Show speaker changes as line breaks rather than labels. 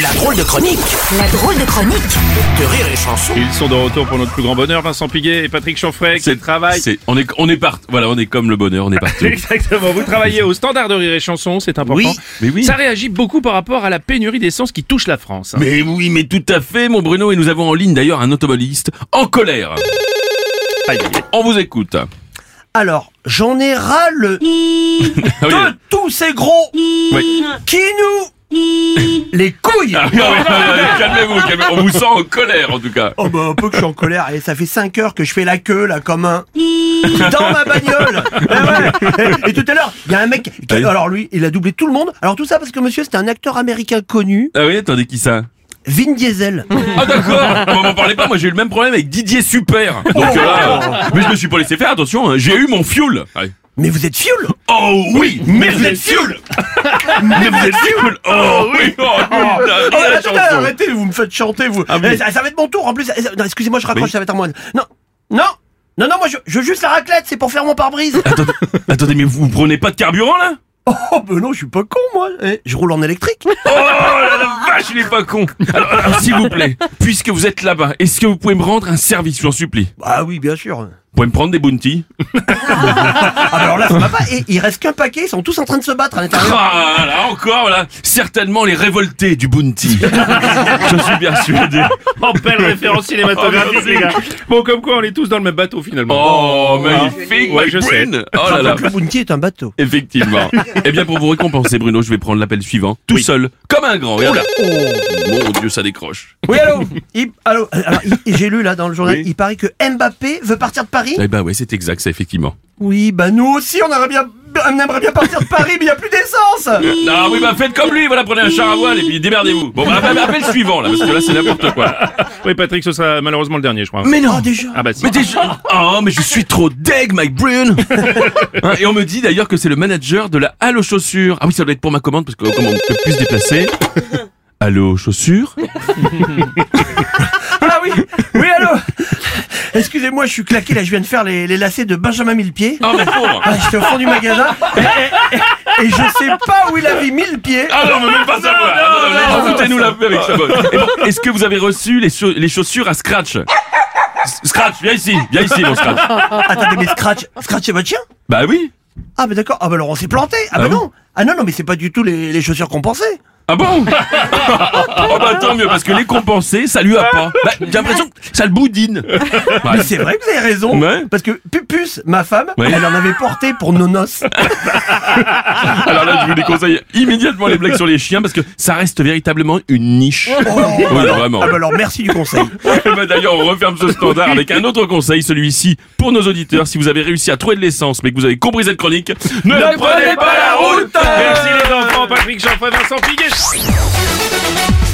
La drôle de chronique
La drôle de chronique
de Rire et Chanson.
Ils sont de retour pour notre plus grand bonheur, Vincent Piguet et Patrick Chanfray. Quel travail
c'est- on est, on est part, voilà, on est comme le bonheur, on est partout.
Exactement, vous travaillez au standard de rire et chanson, c'est important.
Oui, mais oui.
Ça réagit beaucoup par rapport à la pénurie d'essence qui touche la France. hein.
mais oui, mais tout à fait, mon Bruno, et nous avons en ligne d'ailleurs un automobiliste en colère.
Aïe, aïe, aïe.
On vous écoute.
Alors, j'en ai ras le
Ah oui,
de tous ces gros
oui.
qui nous les couilles.
Ah oui, ah oui, ah oui, calmez-vous, calmez-vous. On vous sent en colère en tout cas.
Oh bah un peu que je suis en colère et ça fait 5 heures que je fais la queue là comme un dans ma bagnole. Eh ouais. Et tout à l'heure, il y a un mec qui-
Ah Oui.
alors lui, il a doublé tout le monde. Alors tout ça parce que monsieur c'était un acteur américain connu,
Ah oui, attendez, qui ça
Vin Diesel.
Ah d'accord, on m'en parlez pas, moi j'ai eu le même problème avec Didier Super. Donc euh, là, euh, mais je me suis pas laissé faire, attention, hein, j'ai eu mon fuel. Ah oui.
Mais vous êtes fioul
Oh oui, mais vous êtes fuel Mais vous êtes fuel Oh oui, oh, la-
Oh,
la
attendez,
chanson.
arrêtez, vous me faites chanter, vous.
Ah oui.
Eh, ça, ça va être mon tour, en plus. Eh, ça- non, Excusez-moi, je raccroche,
Oui.
ça va être à moi. Non, non, non, non, moi, je, je veux juste la raclette, c'est pour faire mon pare-brise.
Attendez, attendez, mais vous prenez pas de carburant là
Oh ben non, je suis pas con moi. Eh, je roule en électrique.
Oh la, la vache, il est pas con Alors, alors, s'il vous plaît, puisque vous êtes là-bas, est-ce que vous pouvez me rendre un service, je vous en supplie
ah oui, bien sûr.
Vous pouvez me prendre des bounties
Ah bah alors là, ça va pas. Et il reste qu'un paquet, ils sont tous en train de se battre à l'intérieur.
Ah là, encore là Certainement les révoltés du bounty Je suis persuadé
Oh, belle référence cinématographique, les gars. Bon, comme quoi, on est tous dans le même bateau finalement.
Oh, magnifique,
Ouais,
my
je sais.
brain. Oh là là
Le Bounty est un bateau.
Effectivement. Eh bien, pour vous récompenser, Bruno, je vais prendre l'appel suivant, tout seul, comme un grand. Regarde là.
Oh,
Mon Dieu, ça décroche.
Oui, allô Il- allô Euh, alors, il- J'ai lu là dans le journal,
Oui.
il paraît que Mbappé veut partir de Paris
Eh ben ouais, c'est exact, ça, effectivement.
Oui, bah nous aussi, on aimerait bien, on aimerait bien partir de Paris, mais il y a plus d'essence Ah
Non, oui, bah faites comme lui, voilà, prenez un char à voile et puis démerdez-vous. Bon, bah, appel appel suivant, là, parce que là, c'est n'importe quoi.
Oui, Patrick, ce sera malheureusement le dernier, je crois.
Mais non
Oh, déjà
Ah bah si.
Mais déjà Oh, mais je suis trop deg, Mike Brune Hein, Et on me dit d'ailleurs que c'est le manager de la Halle aux chaussures. Ah oui, ça doit être pour ma commande, parce que comme on ne peut plus se déplacer... Allô, chaussures
Ah oui Oui, allô Excusez-moi, je suis claqué là, je viens de faire les, les lacets de Benjamin Millepied.
Ah, mais pauvre
Ah, j'étais au fond du magasin et, et- et- et je sais pas où il a mis Millepied.
Ah non, mais même pas ça
Ah,
non, non,
Foutez-nous la paix avec sa botte Et bon, Est-ce que vous avez reçu les, chau- les chaussures à Scratch S- Scratch, viens ici Viens ici, mon Scratch
Attendez, mais Scratch, Scratch c'est votre chien
Bah oui
Ah bah d'accord, ah bah alors on s'est planté Ah bah
Ah oui
non Ah non, non, mais c'est pas du tout les, les chaussures qu'on pensait
Ah bon Oh bah tant mieux, parce que les compensés, ça lui a pas Bah, J'ai l'impression que ça le boudine Bah,
Mais c'est vrai que vous avez raison
Ouais.
Parce que Pupus, ma femme,
Ouais.
elle en avait porté pour nos noces
Alors là, je vous déconseille immédiatement les blagues sur les chiens parce que ça reste véritablement une niche. Oui, vraiment.
Ah bah alors merci du conseil
Eh ben, D'ailleurs, on referme ce standard avec un autre conseil, celui-ci pour nos auditeurs. Si vous avez réussi à trouver de l'essence, mais que vous avez compris cette chronique, ne, prenez pas la route
Merci les enfants, Patrick Chanfray, Vincent Piguet.